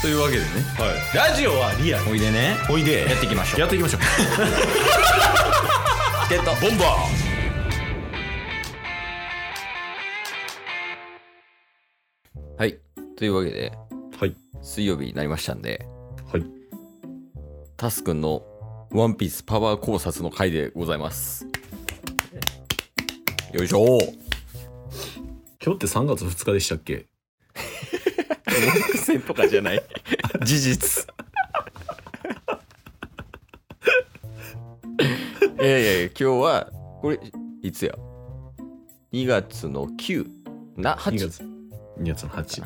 というわけでねはい、ラジオはリアルおいでねおいでやっていきましょうやっていきましょうゲットボンバはいというわけでーはい水曜日になりましたんではいタスくんのワンピースパワー考察の回でございますよいしょ今日って3月2日でしたっけ伏線とかじゃない事実いやいやいや今日はこれいつや2月の9な2 8月2月の8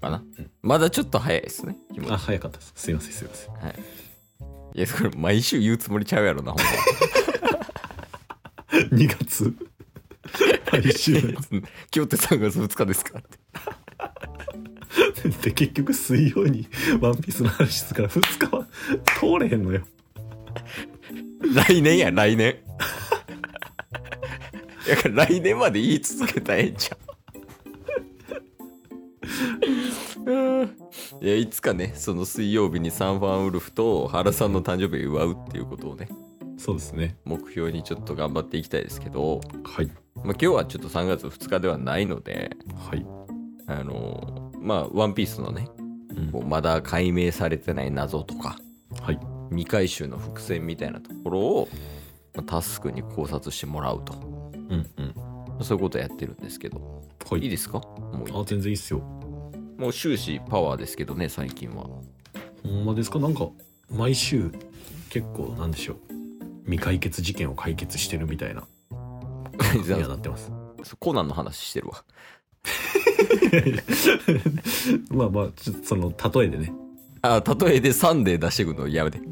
かな、まだちょっと早いですね気持ちあ早かったですすいませんすいませんいやこれ毎週言うつもりちゃうやろ なほんま2月毎週な今日って3月2日ですかってんで結局水曜にワンピースの話するから2日は通れへんのよ来年や来年いやから来年まで言い続けたらええんちゃううんいやいつかねその水曜日にサンファンウルフと原さんの誕生日を祝うっていうことをねそうですね目標にちょっと頑張っていきたいですけど、はいまあ、今日はちょっと3月2日ではないのではい、あのまあワンピースのねうんこうまだ解明されてない謎とかはい未回収の伏線みたいなところを、まあタスクに考察してもらうとうんうんそういうことやってるんですけど。はいいいですかもういいあ全然いいっすよもう終始パワーですけどね、最近は。ほんまですかなんか毎週結構なんでしょう未解決事件を解決してるみたいなに はなってますコナンの話してるわ。まあまあちょっとその例えでねあ、例えでサンデー出してくるのやめて。ジ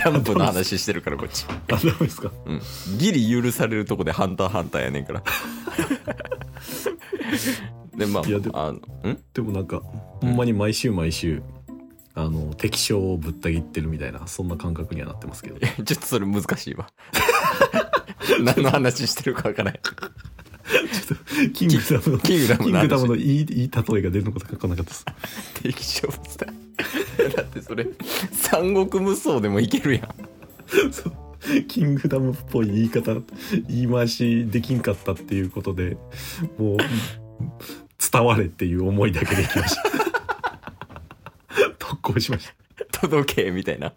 ャンプの話してるからこっち。あどうですか うん。ギリ許されるとこでハンターハンターやねんから。 で、まあいやで、もあの、んでもなんかほんまに毎週毎週あの敵将をぶった切ってるみたいなそんな感覚にはなってますけどちょっとそれ難しいわ。 何の話してるかわからない。キングダムのキングダムの話キングダムのいいいい例えが出るのか書かなかったです 適正だ。だってそれ、三国無双でもいけるやん。そうキングダムっぽい言い方言い回しできんかったっていうことでもう伝われっていう思いだけでいきました 特攻しまし届けみたいな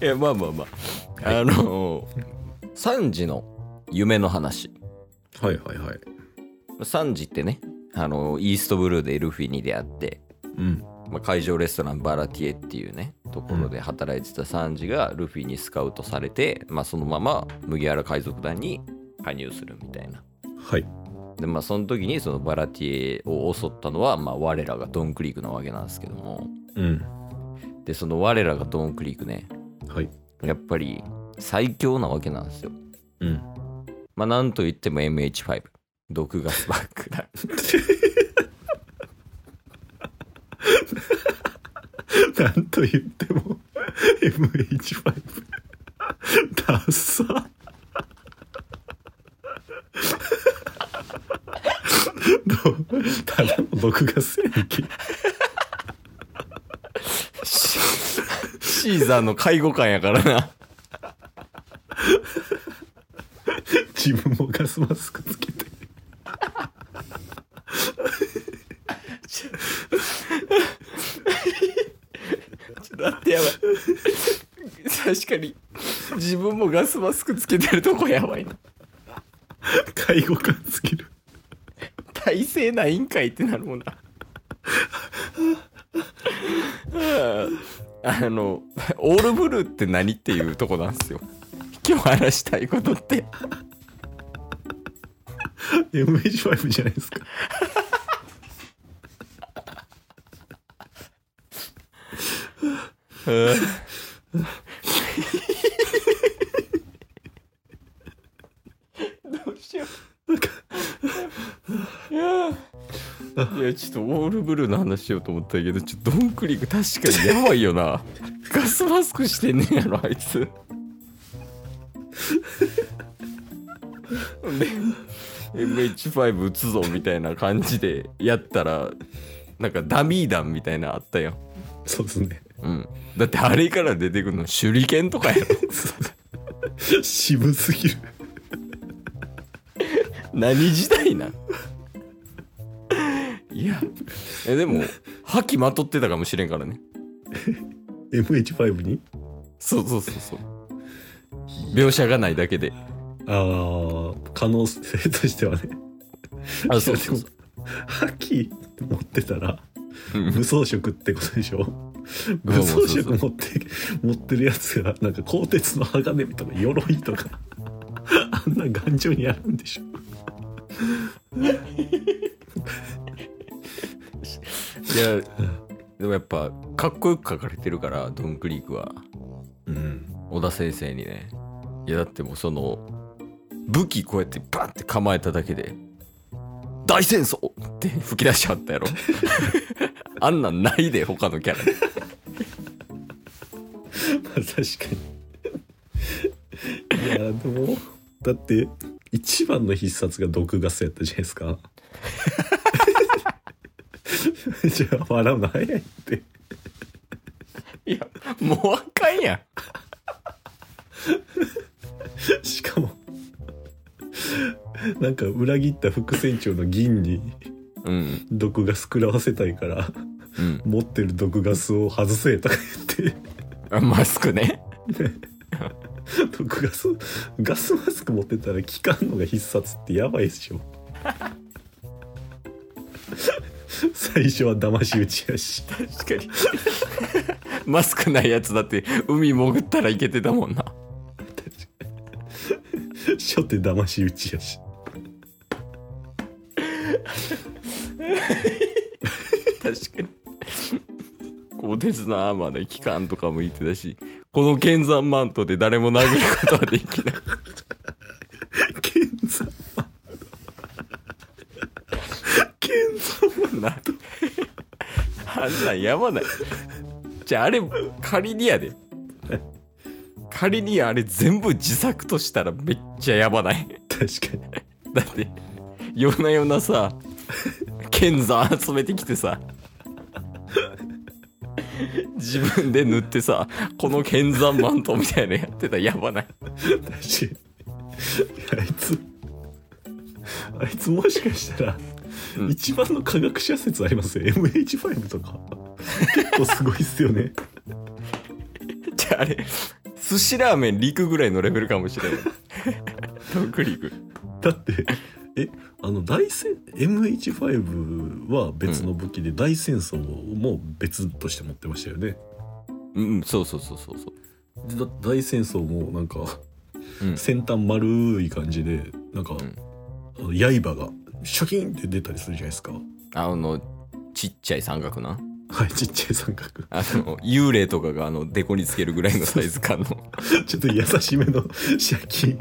いやまあまあまあ、あの3時の夢の話たはいはいはい3時ってねあのイーストブルーでルフィに出会って、うんまあ、会場レストランバラティエっていうねところで働いてた3時がルフィにスカウトされて、まあ、そのまま麦わら海賊団に加入するみたいなはいでまあその時にそのバラティエを襲ったのは、まあ、我らがドンクリークなわけなんですけどもうんでその我らがドンクリークねはいやっぱり最強なわけなんですよ。うんまあなんと言っても MH5 毒ガス爆弾なんと言っても MH5 ダッサどうただの毒ガスやんけシシーザーの介護官やからな自分もガスマスクつけてちょっと待ってやばい確かに自分もガスマスクつけてるとこやばいな介護官つける体勢ないんかいってなるもんな あのオールブルーって何っていうとこなんですよ今日話したいことって MH5 じゃないですかどうしよう。いやーいやちょっとオールブルーの話しようと思ったけどちょっとドンクリーク確かにやばいよなガスマスクしてんねんやろあいつで MH5 打つぞみたいな感じでやったらなんかダミー弾みたいなのあったよそうですね。うんだってあれから出てくるの手裏剣とかやろ渋すぎる。 何時代なん いやえでも覇気まとってたかもしれんからね MH5 にそうそうそうそう描写がないだけでああ、可能性としてはね。あそうそう そう覇気持ってたら うん武装色ってことでし ょうん武装そうそ色う持って 持ってるやつがなんか鋼鉄の鋼とか鎧とか あんな頑丈にあるんでしょいやでもやっぱかっこよく書かれてるからドンクリークはうん小田先生にねいやだってもうその武器こうやってバンって構えただけで「大戦争!」って吹き出しちゃったやろ あんなんないで他のキャラにまあ 確かにい やでもだって一番の必殺が毒ガスやったじゃないですか じゃあ笑うの早いって いやもうあかんやんしかも なんか裏切った副船長の銀にうん毒ガス食らわせたいからうん持ってる毒ガスを外せとか言ってあマスクね毒ガスガスマスク持ってたら効かんのが必殺ってやばいでしょ最初は騙し討ちやし確かにマスクないやつだって海潜ったらいけてたもんな初手騙し討ちやし確かに鋼鉄のアーマーで機関とかも言ってたしこの剣山マントで誰も殴ることはできない剣山剣山なあんなんやばないじゃああれ仮にやで仮にあれ全部自作としたらめっちゃやばない確かだって夜な夜なさ剣山集めてきてさ自分で塗ってさこの剣山マントみたいなのやってたらやばないに確かにあいつあいつもしかしたら、うん一番の科学者説ありますね MH5 とか結構すごいっすよねじゃああれ寿司ラーメン陸ぐらいのレベルかも しれない遠く陸だってえあの大戦 MH5 は別の武器で、大戦争も別として持ってましたよねうんうんそうそうそうそうそうでだ大戦争もなんか、うん先端丸い感じでなんか、んあの刃がシャキンって出たりするじゃないですかあのちっちゃい三角なはいちっちゃい三角 あの幽霊とかがあのデコにつけるぐらいのサイズ 感のちょっと優しめ のシャキンい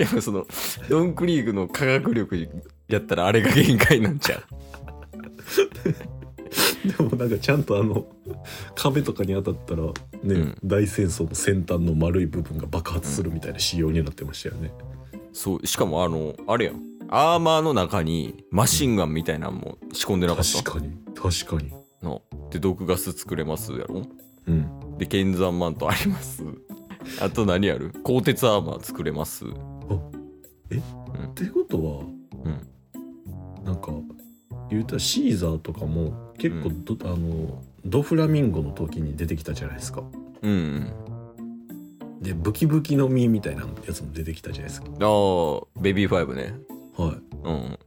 やそのドンクリークの科学力やったらあれが限界なんちゃうでもなんかちゃんとあの壁とかに当たったらね、ん大戦争の先端の丸い部分が爆発するみたいな仕様になってましたよね、そうしかもあのあれやんアーマーの中にマシンガンみたいなのも仕込んでなかった確かに確かにので毒ガス作れますやろうんで剣山マントありますあと何やる鋼鉄アーマー作れますってことは、なんか言うたらシーザーとかも結構ど、あのドフラミンゴの時に出てきたじゃないですかうんうんでブキブキの実みたいなやつも出てきたじゃないですかあーベビーファイブねはうん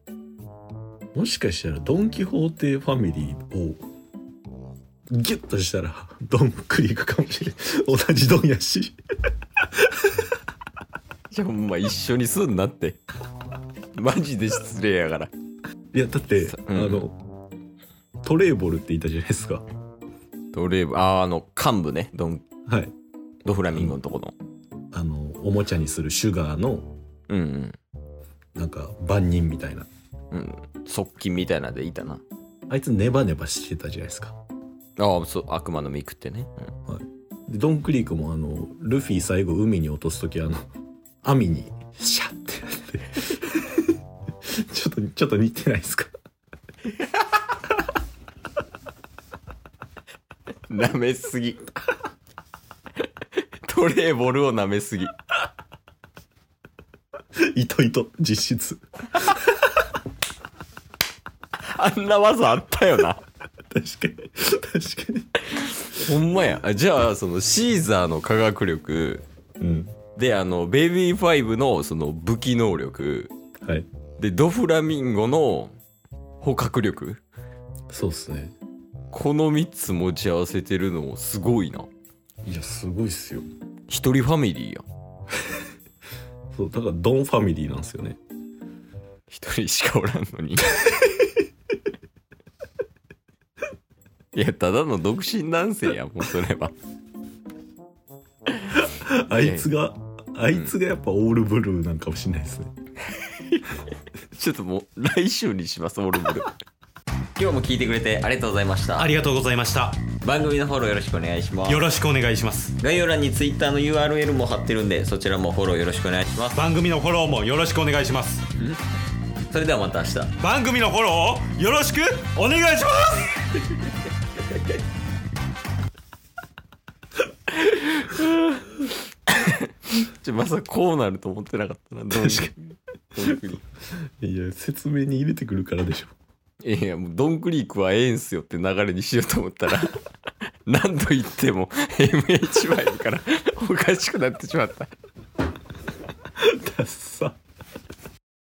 いもしかしたらドン・キホーテファミリーをギュッとしたら ドンクリークかもしれん同じドンやしじゃあほんま一緒にすんなって マジで失礼やからいやだって、うんあのトレーボルっていたじゃないですかドレーブあーあの幹部ねドンはいドフラミンゴのとこのあのおもちゃにするシュガーのうんなんか万人みたいなうんうん側近みたいなのでいたなあいつネバネバしてたじゃないですかああそう悪魔の実食ってね、うんでドンクリークもあのルフィ最後海に落とす時あの網にシャッて やってちょっとちょっと似てないですか舐めすぎ。 トレーボルを舐めすぎ。糸糸実質あんな技あったよな。確かに確かにほんまや。あじゃあ、そのシーザーの科学力、うんで、あの、ベイビーファイブのその武器能力、はいで、ドフラミンゴの捕獲力。そうっすねこの3つ持ち合わせてるのもすごいな。いやすごいっすよ一人ファミリーやん。そうだからドンファミリーなんですよね一人しかおらんのに。 いや、ただの独身男性やん、もうそれは。あいつがあいつがやっぱオールブルーなんかもしれないですね、ちょっともう来週にします、オルブル。今日も聞いてくれてありがとうございましたあ。りがとうございました番組のフォローよろしくお願いしますよ。ろしくお願いします概要欄に Twitter の URL も貼ってるんで、そちらもフォローよろしくお願いします。番組のフォローもよろしくお願いしますそれではまた明日。番組のフォローをよろしくお願いしますちょまさかこうなると思ってなかったな。確確いや説明に入れてくるからでしょいやいやもうドンクリークはええんすよって流れにしようと思った ら何度言っても MHY からおかしくなってしまった。